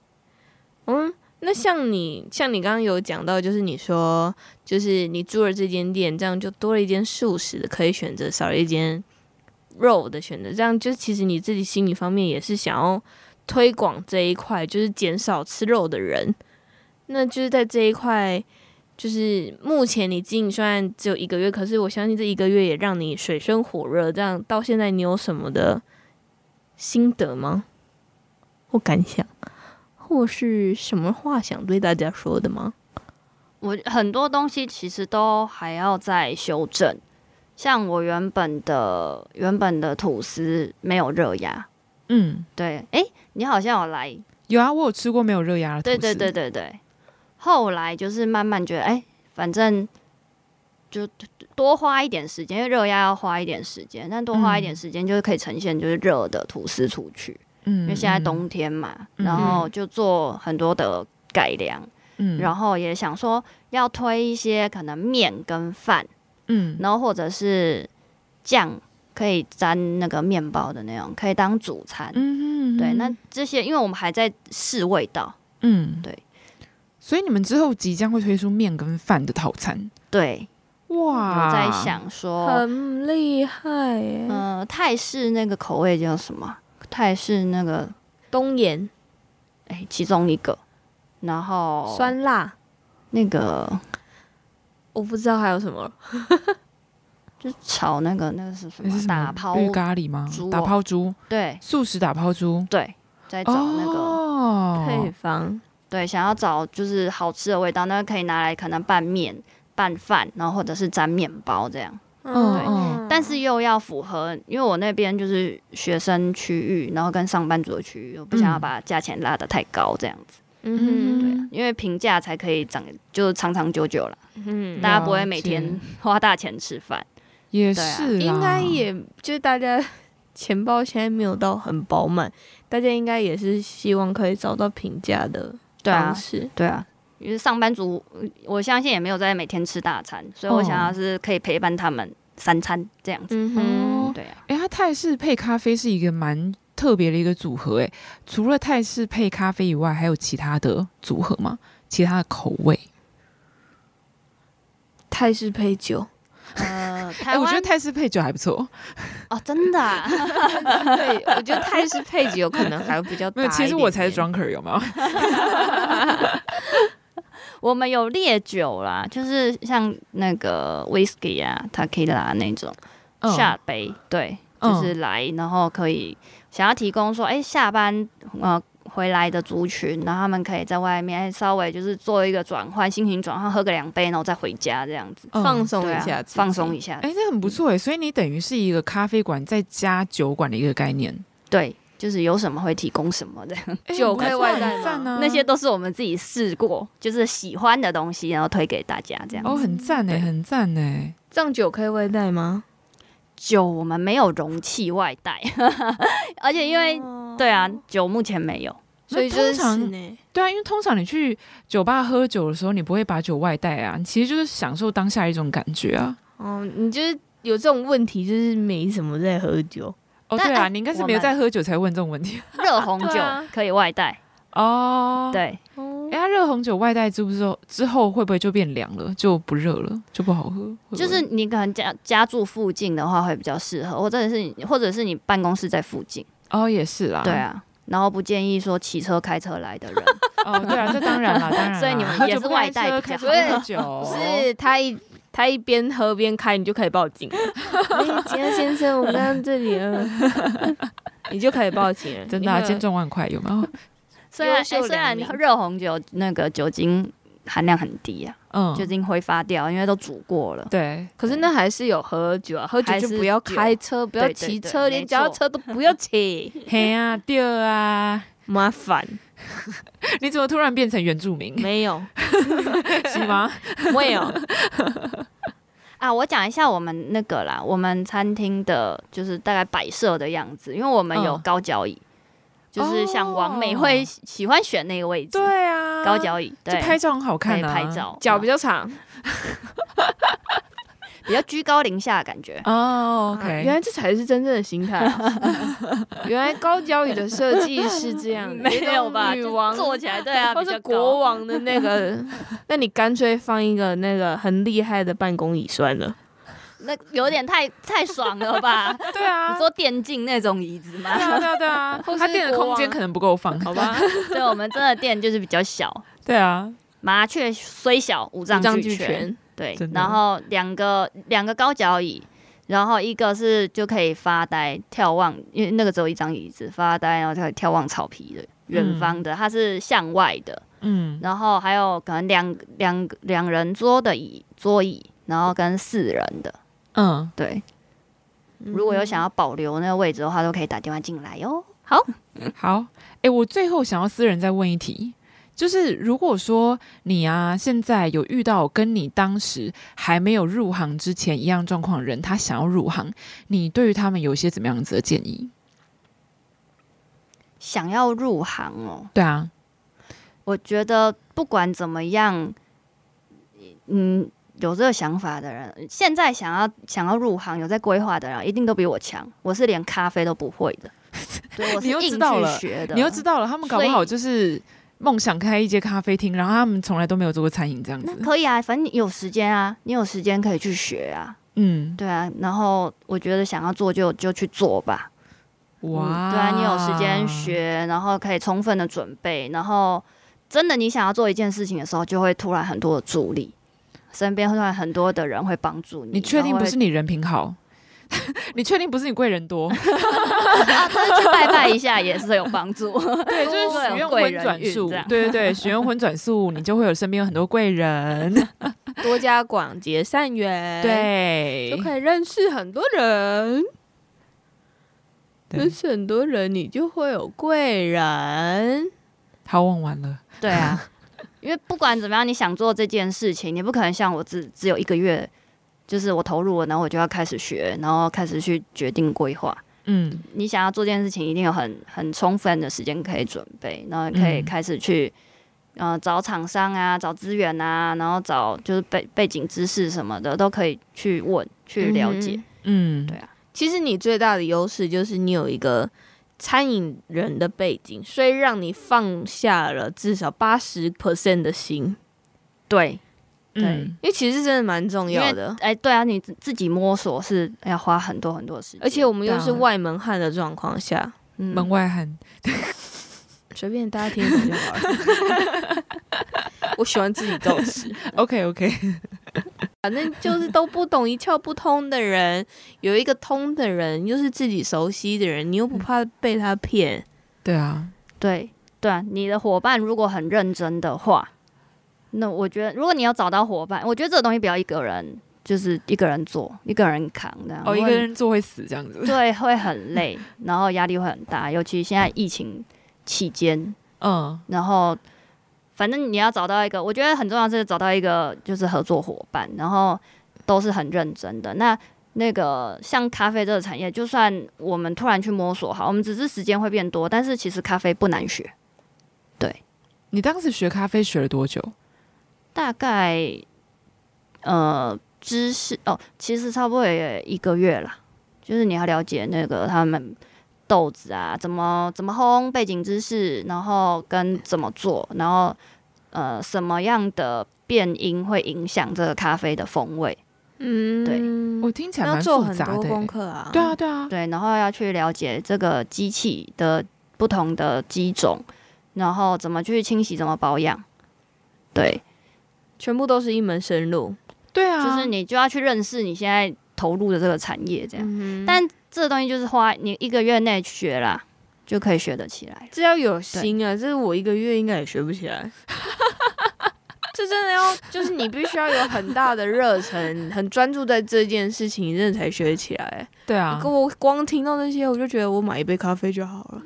[SPEAKER 2] 嗯，那像你像你刚刚有讲到，就是你说就是你住了这间店，这样就多了一间素食的可以选择，少了一间肉的选择，这样就其实你自己心理方面也是想要推广这一块，就是减少吃肉的人。那就是在这一块，就是目前你经营虽然只有一个月，可是我相信这一个月也让你水深火热。这样到现在，你有什么的心得吗？或感想，或是什么话想对大家说的吗？
[SPEAKER 3] 我很多东西其实都还要再修正，像我原本的原本的吐司没有热压，
[SPEAKER 1] 嗯。
[SPEAKER 3] 对，诶，你好像有来
[SPEAKER 1] 有啊，我有吃过没有热压的吐
[SPEAKER 3] 对
[SPEAKER 1] 司。
[SPEAKER 3] 对对对对。后来就是慢慢觉得，哎、反正就多花一点时间，因为热压要花一点时间，但多花一点
[SPEAKER 1] 嗯
[SPEAKER 3] 时间就是可以呈现就是热的吐司出去，
[SPEAKER 1] 嗯，嗯
[SPEAKER 3] 因为现在，冬天嘛，
[SPEAKER 1] 嗯
[SPEAKER 3] 然后就做很多的改良，
[SPEAKER 1] 嗯，
[SPEAKER 3] 然后也想说要推一些可能面跟饭，
[SPEAKER 1] 嗯，
[SPEAKER 3] 然后或者是酱可以沾那个面包的那种，可以当主餐。
[SPEAKER 1] 嗯，嗯
[SPEAKER 3] 对，那这些因为我们还在试味道，
[SPEAKER 1] 嗯
[SPEAKER 3] 对，
[SPEAKER 1] 所以你们之后即将会推出面跟饭的套餐，
[SPEAKER 3] 对，
[SPEAKER 1] 哇，
[SPEAKER 3] 有在，想说
[SPEAKER 2] 很厉害欸、
[SPEAKER 3] 呃，泰式那个口味叫什么？泰式那个，
[SPEAKER 2] 东岩
[SPEAKER 3] 哎、其中一个，然后
[SPEAKER 2] 酸辣，
[SPEAKER 3] 那个
[SPEAKER 2] 我不知道还有什么了
[SPEAKER 3] 就炒那个那个是什
[SPEAKER 1] 那
[SPEAKER 3] 么
[SPEAKER 1] 是什么
[SPEAKER 3] 打抛？
[SPEAKER 1] 绿咖喱吗
[SPEAKER 3] 猪？哦
[SPEAKER 1] 打抛猪，
[SPEAKER 3] 对
[SPEAKER 1] 素食打抛猪，
[SPEAKER 3] 对，在找那个、
[SPEAKER 1] 哦
[SPEAKER 2] 配方，
[SPEAKER 3] 对，想要找就是好吃的味道，那可以拿来可能拌面、拌饭，然后或者是沾面包这样。
[SPEAKER 1] 嗯
[SPEAKER 2] 嗯
[SPEAKER 1] 嗯
[SPEAKER 3] 但是又要符合，因为我那边就是学生区域，然后跟上班族的区域，我不想要
[SPEAKER 1] 嗯
[SPEAKER 3] 把价钱拉得太高这样子。
[SPEAKER 2] 嗯
[SPEAKER 1] 对
[SPEAKER 2] 哼
[SPEAKER 1] 啊
[SPEAKER 3] 因为平价才可以长，就长长久久啦。
[SPEAKER 2] 嗯
[SPEAKER 3] 大家不会
[SPEAKER 1] 了
[SPEAKER 3] 每
[SPEAKER 1] 解
[SPEAKER 3] 天花大钱吃饭。
[SPEAKER 1] 也
[SPEAKER 3] 对啊
[SPEAKER 1] 是啦，
[SPEAKER 2] 应该也就是大家 钱包现在没有到很饱满，大家应该也是希望可以找到平价的
[SPEAKER 3] 对啊
[SPEAKER 2] 方式。
[SPEAKER 3] 对啊，因为上班族，呃我相信也没有在每天吃大餐，所以我
[SPEAKER 1] 哦
[SPEAKER 3] 想要是可以陪伴他们三餐这样子。
[SPEAKER 2] 嗯
[SPEAKER 1] 哼
[SPEAKER 3] 对啊，
[SPEAKER 1] 哎、它泰式配咖啡是一个蛮特别的一个组合、诶，除了泰式配咖啡以外，还有其他的组合吗？其他的口味？
[SPEAKER 2] 泰式配酒，
[SPEAKER 3] 呃，
[SPEAKER 1] 哎、
[SPEAKER 3] 台
[SPEAKER 1] 我
[SPEAKER 3] 湾、
[SPEAKER 1] 觉得泰式配酒还不错。
[SPEAKER 3] 哦，真的、 啊，
[SPEAKER 2] 对，我觉得泰式配酒可能还 比较大
[SPEAKER 1] 没有，其实我才是
[SPEAKER 2] 装。
[SPEAKER 1] drunker，有没有？
[SPEAKER 3] 我们有烈酒啦，就是像那个 whisky 啊、tequila 那种、
[SPEAKER 1] 嗯
[SPEAKER 2] 嗯
[SPEAKER 3] 下杯，对，就是来，然后可以想要提供说，哎、下班呃回来的族群，然后他们可以在外面哎稍微就是做一个转换，心情转换，喝个两杯，然后再回家这样子。
[SPEAKER 2] 放
[SPEAKER 1] 嗯
[SPEAKER 2] 松
[SPEAKER 3] 对
[SPEAKER 2] 一
[SPEAKER 3] 啊
[SPEAKER 2] 下自己，
[SPEAKER 3] 放松一下。
[SPEAKER 1] 哎、那很不错哎、所以你等于是一个咖啡馆再加酒馆的一个概念，
[SPEAKER 3] 对，就是有什么会提供什么的，
[SPEAKER 1] 哎很
[SPEAKER 2] 酒
[SPEAKER 1] 不
[SPEAKER 2] 可以
[SPEAKER 1] 错
[SPEAKER 2] 外
[SPEAKER 1] 很
[SPEAKER 2] 带吗
[SPEAKER 1] 赞啊，
[SPEAKER 3] 那些都是我们自己试过，就是喜欢的东西，然后推给大家这样。
[SPEAKER 2] 嗯
[SPEAKER 1] 哦，很赞哎、
[SPEAKER 3] 对
[SPEAKER 1] 很赞哎、
[SPEAKER 2] 这样酒可以外带吗？
[SPEAKER 3] 酒我
[SPEAKER 2] 哦
[SPEAKER 3] 们没有容器外带，而且因为、对啊，酒目前没有，
[SPEAKER 2] 所以
[SPEAKER 1] 那
[SPEAKER 2] 就是
[SPEAKER 1] 通常
[SPEAKER 2] 室内
[SPEAKER 1] 对啊，因为通常你去酒吧喝酒的时候，你不会把酒外带啊，你其实就是享受当下一种感觉啊。
[SPEAKER 2] 哦，你就是有这种问题，就是没什么在喝酒。
[SPEAKER 1] 哦，
[SPEAKER 3] 但
[SPEAKER 1] 对啊，
[SPEAKER 3] 哎
[SPEAKER 1] 你应该是
[SPEAKER 3] 我
[SPEAKER 1] 没有
[SPEAKER 3] 们
[SPEAKER 1] 在喝酒才问这种问题
[SPEAKER 3] 热红酒
[SPEAKER 2] 对啊
[SPEAKER 3] 可以外带，
[SPEAKER 1] 哦。，
[SPEAKER 3] 对，
[SPEAKER 2] 哦
[SPEAKER 1] 哎，它热红酒外带之后之后会不会就变凉了，就不热了，就不好喝？会不会
[SPEAKER 3] 就是你可能家家住附近的话会比较适合，或者是你或者是你办公室在附近，
[SPEAKER 1] 哦，也是啦。
[SPEAKER 3] 对，啊。然后不建议说骑车、开车来 的人，
[SPEAKER 1] 哦，对啊，这当然 啦，当然啦。
[SPEAKER 3] 所以你们
[SPEAKER 1] 喝
[SPEAKER 3] 也
[SPEAKER 1] 酒
[SPEAKER 3] 是
[SPEAKER 1] 不
[SPEAKER 3] 外
[SPEAKER 1] 开
[SPEAKER 3] 带
[SPEAKER 1] 车
[SPEAKER 3] 比
[SPEAKER 1] 开
[SPEAKER 3] 较
[SPEAKER 1] 车
[SPEAKER 2] 好
[SPEAKER 1] 不喝 酒，
[SPEAKER 2] 哦是他一他一边喝边开，你就开始报警了。哎，吉安先生，我们刚刚这里了， 你就开始报警了。
[SPEAKER 1] 真的啊，
[SPEAKER 2] 你会
[SPEAKER 1] 千重万快有没有？
[SPEAKER 3] 虽然、
[SPEAKER 2] 优秀
[SPEAKER 3] 哎虽然
[SPEAKER 2] 良民
[SPEAKER 3] 热红酒那个酒精含量很低啊，
[SPEAKER 1] 嗯，
[SPEAKER 3] 酒精挥发掉，因为都煮过了。
[SPEAKER 1] 对，
[SPEAKER 2] 可是那还是有喝酒啊，喝酒
[SPEAKER 3] 还
[SPEAKER 2] 就是不要
[SPEAKER 3] 酒
[SPEAKER 2] 开车，不要
[SPEAKER 3] 对对
[SPEAKER 2] 骑
[SPEAKER 3] 对
[SPEAKER 2] 车，
[SPEAKER 3] 没
[SPEAKER 2] 连
[SPEAKER 3] 错
[SPEAKER 2] 脚踏车都不要骑，
[SPEAKER 1] 嘿啊，对啊，
[SPEAKER 2] 麻烦。
[SPEAKER 1] 你怎么突然变成原住民？
[SPEAKER 2] 没有，
[SPEAKER 1] 是吗？
[SPEAKER 2] 没有，
[SPEAKER 3] 啊，我讲一下我们那个啦，我们餐厅的就是大概摆设的样子，因为我们有
[SPEAKER 1] 嗯
[SPEAKER 3] 高脚椅，就是像王美
[SPEAKER 1] 哦
[SPEAKER 3] 会喜喜欢选那个位置，
[SPEAKER 1] 对啊，
[SPEAKER 3] 高脚椅，
[SPEAKER 1] 就
[SPEAKER 3] 对，
[SPEAKER 1] 拍照很好
[SPEAKER 3] 可
[SPEAKER 1] 看
[SPEAKER 3] 以
[SPEAKER 1] 啊，
[SPEAKER 3] 拍照，
[SPEAKER 2] 脚比
[SPEAKER 3] 比
[SPEAKER 2] 较长。
[SPEAKER 3] 比较居高临下的感觉。
[SPEAKER 1] 哦
[SPEAKER 2] 啊
[SPEAKER 3] 嗯
[SPEAKER 1] ，OK，
[SPEAKER 2] 原来这才是真正的心态啊、 原来高脚椅的设计是这样，
[SPEAKER 3] 没有吧？
[SPEAKER 2] 有一种女
[SPEAKER 3] 就
[SPEAKER 2] 王
[SPEAKER 3] 坐起来，对啊，
[SPEAKER 2] 或
[SPEAKER 3] 比
[SPEAKER 2] 是
[SPEAKER 3] 较
[SPEAKER 2] 国
[SPEAKER 3] 高。
[SPEAKER 2] 王的那 个，那你干脆放一个那个很厉害的办公椅算了。
[SPEAKER 3] 那有点太太爽了 吧？
[SPEAKER 1] 对啊，
[SPEAKER 3] 你说电竞那种椅子吗
[SPEAKER 1] 对？啊，对啊，对 啊
[SPEAKER 2] 或，是
[SPEAKER 1] 它店的空间可能不够放，
[SPEAKER 3] 哦
[SPEAKER 2] 好 吧，
[SPEAKER 3] 对，我们真的店就是比较小，
[SPEAKER 1] 对啊，
[SPEAKER 3] 麻雀虽小，五脏
[SPEAKER 2] 张
[SPEAKER 3] 俱
[SPEAKER 2] 俱
[SPEAKER 3] 全。
[SPEAKER 2] 全，
[SPEAKER 3] 对
[SPEAKER 1] 真，的
[SPEAKER 3] 然后两个两个高脚椅，然后一个是就可以发呆眺望，因为那个只有一张椅子发呆，然后就可以眺望草皮的远方的，它是向外的，
[SPEAKER 1] 嗯，
[SPEAKER 3] 然后还有可能两两两人桌的椅桌椅，然后跟四人的，
[SPEAKER 1] 嗯，
[SPEAKER 3] 对，如果有想要保留那个位置的话，都可以打电话进来哟。好，
[SPEAKER 1] 好，哎，我最后想要私人再问一题。就是如果说你啊，现在有遇到跟你当时还没有入行之前一样状况的人，他想要入行，你对于他们有一些怎么样子的建议？
[SPEAKER 3] 想要入行哦，
[SPEAKER 1] 对啊，
[SPEAKER 3] 我觉得不管怎么样，嗯，有这个想法的人，现在想要想要入行、有在规划的人，一定都比我强。我是连咖啡都不会 的，对，我是
[SPEAKER 1] 你又知
[SPEAKER 3] 硬
[SPEAKER 1] 道
[SPEAKER 3] 去
[SPEAKER 1] 了
[SPEAKER 3] 学的。
[SPEAKER 1] 你又知道了，他们搞不好就是梦想开一间咖啡厅，然后他们从来都没有做过餐饮这样
[SPEAKER 3] 那
[SPEAKER 1] 子。
[SPEAKER 3] 可以啊，反正你有时间啊，你有时间可以去学啊，
[SPEAKER 1] 嗯，
[SPEAKER 3] 对啊。然后我觉得想要做就就去做吧，
[SPEAKER 1] 哇、
[SPEAKER 3] 嗯对啊，你有时间，学，然后可以充分的准备，然后真的你想要做一件事情的时候，就会突然很多的助力，身边会突然很多的人会帮助你。
[SPEAKER 1] 你确定
[SPEAKER 3] 然后
[SPEAKER 1] 不
[SPEAKER 3] 会
[SPEAKER 1] 是你人品好？ 你确定不是你贵人多？
[SPEAKER 3] 啊，但是去拜拜一下也是有帮助。
[SPEAKER 1] 对，就是
[SPEAKER 3] 多
[SPEAKER 1] 使
[SPEAKER 3] 有
[SPEAKER 1] 用
[SPEAKER 3] 贵
[SPEAKER 1] 荤
[SPEAKER 3] 人
[SPEAKER 1] 转
[SPEAKER 3] 运
[SPEAKER 1] 素，
[SPEAKER 3] 这样
[SPEAKER 1] 对对对，使用荤转素，你就会有身边有很多贵人，
[SPEAKER 2] 多加广结善缘，，
[SPEAKER 1] 对
[SPEAKER 2] 哎就，可以认识很多人。
[SPEAKER 1] 对
[SPEAKER 2] 认识很多人，你就会有贵人。
[SPEAKER 1] 好问完了，
[SPEAKER 3] 对啊，因为不管怎么样，你想做这件事情，你不可能像我只只有一个月，就是我投入了，然后我就要开始学，然后开始去决定规划。
[SPEAKER 1] 嗯，
[SPEAKER 3] 你想要做这件事情，一定有很很充分的时间可以准备，然后可以
[SPEAKER 1] 嗯
[SPEAKER 3] 开始去。呃，找厂商啊，找资源啊，然后找就是背背景知识什么的，都可以去问、去了解。
[SPEAKER 2] 嗯
[SPEAKER 1] 嗯，
[SPEAKER 3] 对
[SPEAKER 2] 其实你最大的优势就是你有一个餐饮人的背景，所以让你放下了至少八十 percent 的心，
[SPEAKER 3] 对，
[SPEAKER 1] 嗯，
[SPEAKER 2] 因为其实真的蛮重
[SPEAKER 3] 因
[SPEAKER 2] 要
[SPEAKER 3] 为
[SPEAKER 2] 的。
[SPEAKER 3] 哎、对啊，你自自己摸索是要花很多很多的时间，
[SPEAKER 2] 而且我们又是
[SPEAKER 1] 对啊
[SPEAKER 2] 外门汉的状况下，
[SPEAKER 3] 嗯
[SPEAKER 1] 门外汉，
[SPEAKER 2] 随便大家听一听就好了。 我喜欢自己造吃，
[SPEAKER 1] ，OK OK，
[SPEAKER 2] 反正就是都不懂一窍不通的人，有一个通的人，又是自己熟悉的人，你又不怕被他骗，
[SPEAKER 1] 对啊，
[SPEAKER 3] 对对啊，你的伙伴如果很认真的话，那我觉得如果你要找到伙伴，我觉得这个东西不要一个人，就是一个人做，一个人扛的，
[SPEAKER 1] 哦，一
[SPEAKER 3] 因
[SPEAKER 1] 个
[SPEAKER 3] 为
[SPEAKER 1] 人做会死这样子，
[SPEAKER 3] 对会很累，然后压力会很大，尤其现在疫情期间，
[SPEAKER 1] 嗯，
[SPEAKER 3] 然后反正你要找到一个，我觉得很重要是找到一个就是合作伙伴，然后都是很认真的。那那个像咖啡这个产业，就算我们突然去摸索好，我们只是时间会变多，但是其实咖啡不难学。
[SPEAKER 1] 你当时学咖啡学了多久？
[SPEAKER 3] 大概呃知识哦，其实差不多也一个月啦，就是你要了解那个他们豆子啊，怎么怎么烘，背景知识，然后跟怎么做，然后呃什么样的变音会影响这个咖啡的风味，
[SPEAKER 2] 嗯，
[SPEAKER 3] 对
[SPEAKER 1] 我听起来
[SPEAKER 2] 那要
[SPEAKER 1] 蛮
[SPEAKER 2] 做
[SPEAKER 1] 复
[SPEAKER 2] 很
[SPEAKER 1] 杂
[SPEAKER 2] 多
[SPEAKER 1] 的、
[SPEAKER 2] 功
[SPEAKER 1] 欸。
[SPEAKER 2] 课啊，
[SPEAKER 1] 对啊，，对啊，
[SPEAKER 3] 对，然后要去了解这个机器的不同的机种，然后怎么去清洗，怎么保养，对。
[SPEAKER 2] 全部都是一门深入，
[SPEAKER 1] 对啊，
[SPEAKER 3] 就是你就要去认识你现在投入的这个产业，这样。
[SPEAKER 2] 嗯
[SPEAKER 3] 但这个东西就是花你一个月内学啦，就可以学得起来了。
[SPEAKER 2] 这要有心啊，这是我一个月应该也学不起来。 这真的要，就是你必须要有很大的热忱， 很专注在这件事情，你真的才学得起来。
[SPEAKER 1] 对啊，
[SPEAKER 2] 可我光听到这些，我就觉得我买一杯咖啡就好了。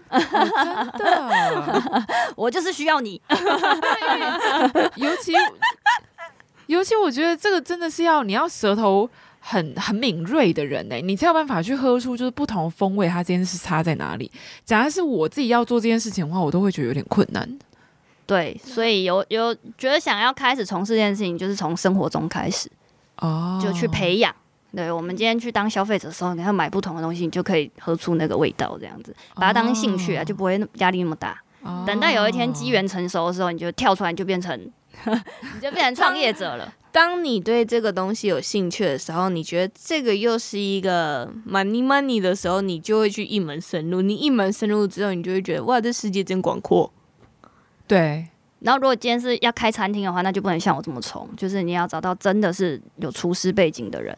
[SPEAKER 1] 真的，
[SPEAKER 3] 我就是需要你，
[SPEAKER 1] 尤其尤其我觉得这个真的是要你要舌头很很敏锐的人呢、你才有办法去喝出就是不同风味它这件事差在哪里。假如是我自己要做这件事情的话，我都会觉得有点困难。
[SPEAKER 3] 对，所以有有觉得想要开始从事这件事情，就是从生活中开始，
[SPEAKER 1] 哦，
[SPEAKER 3] 就去培养。对我们今天去当消费者的时候，你要买不同的东西，你就可以喝出那个味道，这样子把它当兴趣啊，就不会那压力那么大。
[SPEAKER 1] 哦
[SPEAKER 3] 等到有一天机缘成熟的时候，你就跳出来，你就变成 你就变成创业者了。
[SPEAKER 2] 当你对这个东西有兴趣的时候，你觉得这个又是一个 money money 的时候，你就会去一门深入。你一门深入之后，你就会觉得哇，这世界真广阔。
[SPEAKER 1] 对
[SPEAKER 3] 然后，如果今天是要开餐厅的话，那就不能像我这么冲，就是你要找到真的是有厨师背景的人，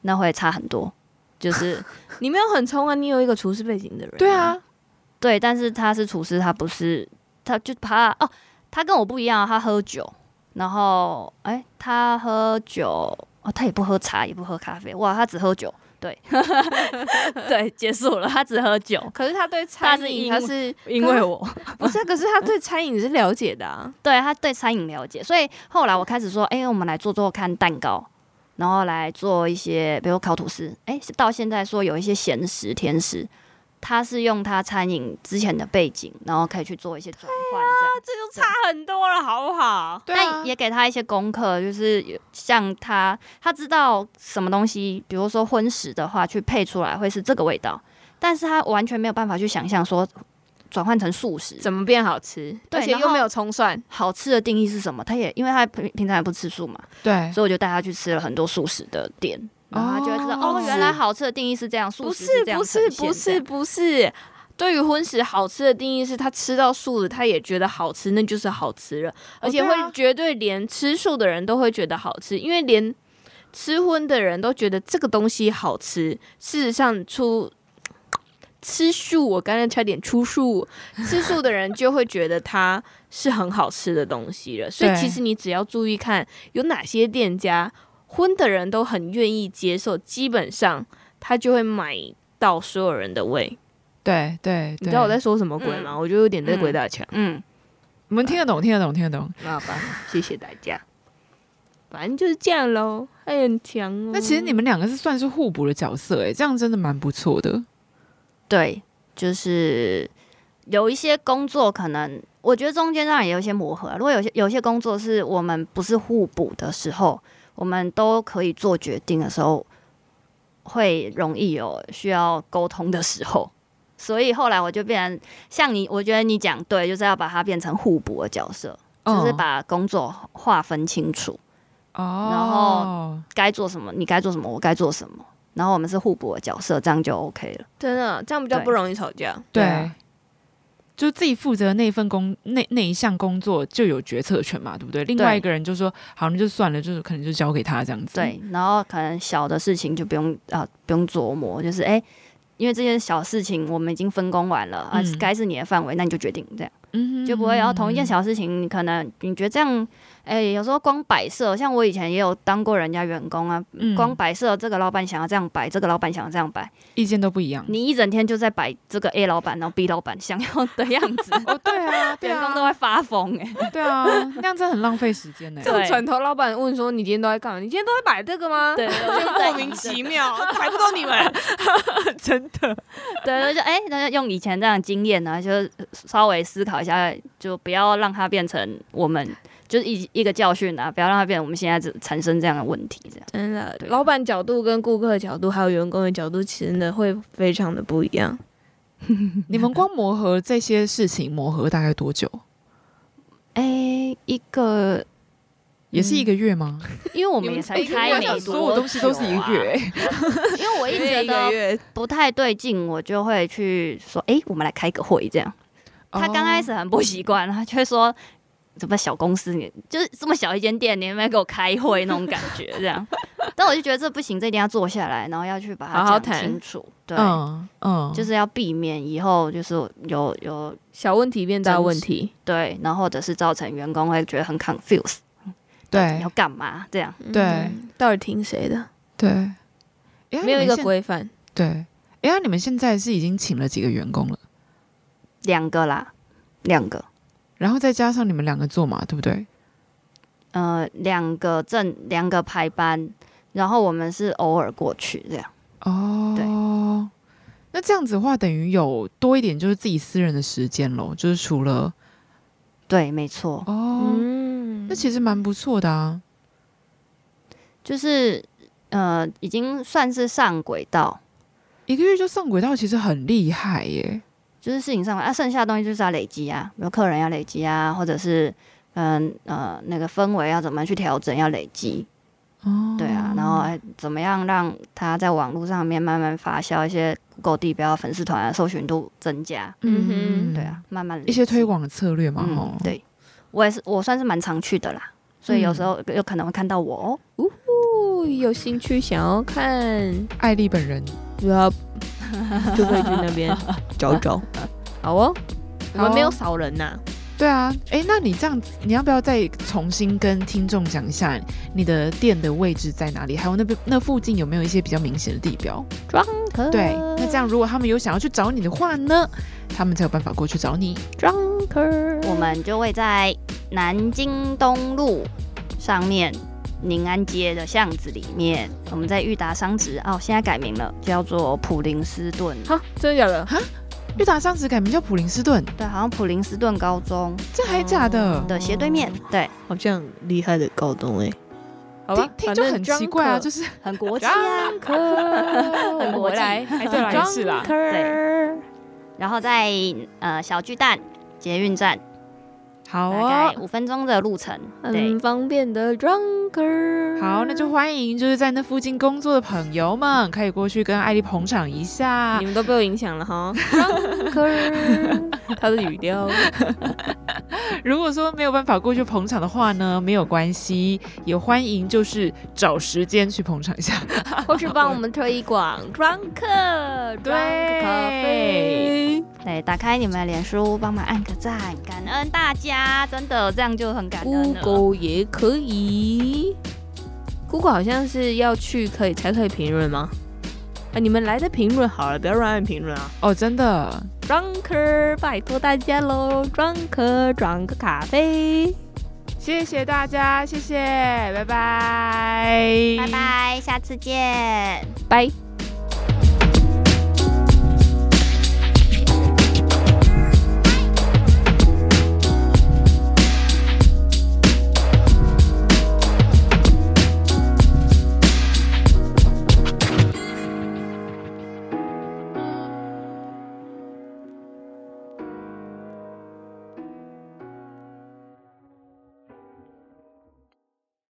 [SPEAKER 3] 那会差很多。就是
[SPEAKER 2] 你没有很冲啊，你有一个厨师背景的人、
[SPEAKER 1] 对，啊，
[SPEAKER 3] 对，但是他是厨师，他不是，他就怕哦，他跟我不一样啊，他喝酒，然后哎，他喝酒哦，他也不喝茶，也不喝咖啡，哇，他只喝酒，对， 对，结束了，他只喝酒，
[SPEAKER 2] 可是他对
[SPEAKER 3] 他
[SPEAKER 2] 餐
[SPEAKER 3] 是
[SPEAKER 2] 饮
[SPEAKER 3] 因
[SPEAKER 2] 他是
[SPEAKER 3] 因为我。
[SPEAKER 2] 不是啊，可是他对餐饮是了解的啊。
[SPEAKER 3] 对他对餐饮了解，所以后来我开始说，哎、我们来做做看蛋糕，然后来做一些，比如烤吐司，哎、到现在说有一些咸食、甜食，他是用他餐饮之前的背景，然后可以去做一些转换，这样。
[SPEAKER 2] 这就差很多了，好不好？
[SPEAKER 1] 对啊
[SPEAKER 3] 但，也给他一些功课，就是有像他，他知道什么东西，比如说荤食的话，去配出来会是这个味道，但是他完全没有办法去想象说转换成素食
[SPEAKER 2] 怎么变好吃？
[SPEAKER 3] 对
[SPEAKER 2] 而且
[SPEAKER 3] 然后
[SPEAKER 2] 又没有葱蒜，
[SPEAKER 3] 好吃的定义是什么。他也因为他平平常也不吃素嘛，
[SPEAKER 1] 对，
[SPEAKER 3] 所以我就带他去吃了很多素食的店，然后他就会知道
[SPEAKER 1] 哦
[SPEAKER 3] 哦原来好吃的定义是这样，素
[SPEAKER 2] 不
[SPEAKER 3] 食
[SPEAKER 2] 是
[SPEAKER 3] 这样
[SPEAKER 2] 不是不是不是。对于荤食好吃的定义是，他吃到素的，他也觉得好吃，那就是好吃了，而且
[SPEAKER 1] 对
[SPEAKER 2] 会
[SPEAKER 1] 啊
[SPEAKER 2] 绝对连吃素的人都会觉得好吃，因为连吃荤的人都觉得这个东西好吃。事实上，出吃素，我刚才差点出素，吃素的人就会觉得它是很好吃的东西了。所以
[SPEAKER 1] 对
[SPEAKER 2] 其实你只要注意看有哪些店家荤的人都很愿意接受，基本上他就会买到所有人的胃。
[SPEAKER 1] 对对，
[SPEAKER 2] 你知道我在
[SPEAKER 1] 对
[SPEAKER 2] 说什么鬼吗？我就有点在鬼打墙。
[SPEAKER 3] 嗯，
[SPEAKER 1] 你们听得懂，听得懂，听得懂。
[SPEAKER 2] 好吧，谢谢大家。反正就是这样喽，还很强
[SPEAKER 3] 嗯
[SPEAKER 2] 哦。
[SPEAKER 1] 那其实你们两个是算是互补的角色、欸，哎，这样真的蛮不错的。
[SPEAKER 3] 对，就是有一些工作可能。我觉得中间当然也有一些磨合啊、如果有些有些工作是我们不是互补的时候，我们都可以做决定的时候，会容易有需要沟通的时候。所以后来我就变成像你，我觉得你讲对，就是要把它变成互补的角色，就是
[SPEAKER 2] 哦
[SPEAKER 1] 嗯
[SPEAKER 3] 把工作划分清楚。
[SPEAKER 1] 哦，
[SPEAKER 3] 然后该做什么，你该做什么，我该做什么，然后我们是互补的角色，这样就 OK 了。
[SPEAKER 2] 真的这样比较
[SPEAKER 3] 对
[SPEAKER 2] 不容易吵架。
[SPEAKER 1] 对，
[SPEAKER 3] 对啊
[SPEAKER 1] 就自己负责那份工那那一项工作就有决策权嘛，对不对？另
[SPEAKER 3] 对
[SPEAKER 1] 外一个人就说好，那就算了，就是可能就交给他这样子。
[SPEAKER 3] 对，然后可能小的事情就不用啊，不用琢磨，就是哎、因为这些小事情我们已经分工完了啊
[SPEAKER 1] 嗯，
[SPEAKER 3] 该是你的范围，那你就决定这样，
[SPEAKER 1] 嗯哼，嗯
[SPEAKER 3] 就不会然后同一件小事情，你可能你觉得这样哎、有时候光摆设，像我以前也有当过人家员工啊，
[SPEAKER 1] 嗯
[SPEAKER 3] 光摆设，这个老板想要这样摆，这个老板想要这样摆，
[SPEAKER 1] 意见都不一样。
[SPEAKER 3] 你一整天就在摆这个 A 老板，然后 B 老板想要的样子，
[SPEAKER 1] 哦，对 啊， 对
[SPEAKER 3] 员工都
[SPEAKER 1] 啊，
[SPEAKER 3] 会发疯哎、
[SPEAKER 1] 对啊，那样真的很浪费时间呢、
[SPEAKER 3] 对
[SPEAKER 2] 这种船头老板问说：“你今天都在干嘛？你今天都在摆这个吗？”
[SPEAKER 3] 对，
[SPEAKER 2] 莫名其妙，踩不动你们， 真的。
[SPEAKER 3] 对，就哎，那、就用以前这样的经验呢、就是稍微思考一下，就不要让它变成我们就是一一个教训啊，不要让它变成我们现在这产生这样的问题，这样
[SPEAKER 2] 真的，
[SPEAKER 3] 对
[SPEAKER 2] 老板角度跟顾客角度还有员工的角度，真的会非常的不一样。
[SPEAKER 1] 你们光磨合这些事情，磨合大概多久？
[SPEAKER 3] 哎、一个，
[SPEAKER 1] 也是一个月吗？
[SPEAKER 3] 因为哎我们
[SPEAKER 2] 你
[SPEAKER 3] 也
[SPEAKER 2] 们
[SPEAKER 3] 才
[SPEAKER 2] 一个
[SPEAKER 3] 嗯开
[SPEAKER 2] 月
[SPEAKER 3] 没
[SPEAKER 2] 要
[SPEAKER 3] 多久、啊
[SPEAKER 1] 所有东西都是一个月、，
[SPEAKER 3] 因为我一直觉得
[SPEAKER 2] 月，
[SPEAKER 3] 不太对劲，我就会去说，哎、我们来开个会这样。
[SPEAKER 1] 哦
[SPEAKER 3] 他刚开始很不习惯，他就会说。怎么小公司你就是这么小一间店，你有没有给我开会那种感觉？这样， 但我就觉得这不行，这一定要坐下来，然后要去把
[SPEAKER 2] 好好
[SPEAKER 3] 它
[SPEAKER 2] 谈
[SPEAKER 3] 讲清楚。对，
[SPEAKER 1] 嗯嗯，
[SPEAKER 3] 就是要避免以后就是有有
[SPEAKER 2] 小问题变大问题。
[SPEAKER 3] 对，然后或者是造成员工会觉得很 confused，你
[SPEAKER 1] 对
[SPEAKER 3] 要干嘛这样？
[SPEAKER 1] 对
[SPEAKER 2] 嗯到底听谁的？
[SPEAKER 1] 对，诶
[SPEAKER 2] 没有
[SPEAKER 1] 那你
[SPEAKER 2] 一个。
[SPEAKER 1] 们现
[SPEAKER 2] 规范。
[SPEAKER 1] 对，哎、那你们现在是已经请了几个员工了？
[SPEAKER 3] 两个啦，两个，
[SPEAKER 1] 然后再加上你们两个做嘛，对不对？
[SPEAKER 3] 呃，两个正两个排班，然后我们是偶尔过去这样。
[SPEAKER 1] 哦，那这样子的话，等于有多一点就是自己私人的时间咯，就是除了
[SPEAKER 3] 对，没错，
[SPEAKER 1] 哦，
[SPEAKER 2] 嗯
[SPEAKER 1] 那其实蛮不错的啊。
[SPEAKER 3] 就是呃，已经算是上轨道，
[SPEAKER 1] 一个月就上轨道，其实很厉害耶。
[SPEAKER 3] 就是事情上轨啊，剩下的东西就是要累积啊，比如客人要累积啊，或者是。嗯呃，那个氛围要怎么去调整？要累积，
[SPEAKER 1] 哦，
[SPEAKER 3] 对啊，然后哎，怎么样让它在网络上面慢慢发酵，一些 Google 地标、粉丝团啊，搜寻度增加，
[SPEAKER 2] 嗯哼
[SPEAKER 3] 对啊，，慢慢累积
[SPEAKER 1] 一些推，广的哦策略嘛，
[SPEAKER 3] 嗯
[SPEAKER 1] 吼，，
[SPEAKER 3] 对，我也是，我算是蛮常去的啦，所以
[SPEAKER 1] 嗯
[SPEAKER 3] 有时候有可能会看到我哦，
[SPEAKER 2] 哦，有兴趣想要看，
[SPEAKER 1] 艾丽本人，
[SPEAKER 2] 就要 就可以去那 边找找。好哦，我
[SPEAKER 1] 好
[SPEAKER 2] 们
[SPEAKER 1] 哦
[SPEAKER 2] 没有少人呐、
[SPEAKER 1] 对啊，哎，那你这样，你要不要再重新跟听众讲一下你的店的位置在哪里？还有那边那附近有没有一些比较明显的地标？
[SPEAKER 2] 可
[SPEAKER 1] 对，
[SPEAKER 3] 呃
[SPEAKER 1] 那这样如果他们有想要去找你的话呢，他们才有办法过去找你。
[SPEAKER 2] Drunker，
[SPEAKER 3] 我们就会在南京东路上面宁安街的巷子里面，我们在裕达商职哦，现在改名了，叫做普林斯顿，
[SPEAKER 2] 好，真的假的？
[SPEAKER 1] 裕达上次改名叫普林斯顿，
[SPEAKER 3] 对，好像普林斯顿高中
[SPEAKER 1] 这还假的？
[SPEAKER 3] 的斜对面，对，
[SPEAKER 2] 好像厉害的高中哎、好吧
[SPEAKER 1] 听，听就很奇怪啊，就是是
[SPEAKER 3] 很国际啊。
[SPEAKER 2] 很
[SPEAKER 3] 国际
[SPEAKER 1] 还
[SPEAKER 3] 再来
[SPEAKER 1] 一次哎啦
[SPEAKER 2] 对，
[SPEAKER 3] 然后在呃小巨蛋捷运站，
[SPEAKER 1] 好
[SPEAKER 3] 大
[SPEAKER 1] 哦
[SPEAKER 3] 概。五分钟的路程。对
[SPEAKER 2] 很，方便的 drunker。
[SPEAKER 1] 好，那就欢迎就是在那附近工作的朋友们，可以过去跟艾丽捧场一下
[SPEAKER 2] 你。们都被我影响了哈 drunker，他的语调。
[SPEAKER 1] 如果说没有办法过去捧场的话呢，没有关系，也欢迎就是找时间去捧场一下。
[SPEAKER 2] 或是帮我们推广 drunk drunk 咖啡。
[SPEAKER 1] 对，
[SPEAKER 3] 对，打开你们的脸书，帮忙按个赞，感恩大家，真的这样就很感恩了。
[SPEAKER 2] Google 也可以，Google 好像是要去可以才可以评论吗？啊，你们来的评论好了，不要乱按评论啊
[SPEAKER 1] 哦，真的，
[SPEAKER 2] ！Drunker，拜托大家喽！Drunker drunk 咖啡，
[SPEAKER 1] 谢谢大家，谢谢，拜拜，
[SPEAKER 3] 拜拜，下次见。
[SPEAKER 2] 拜。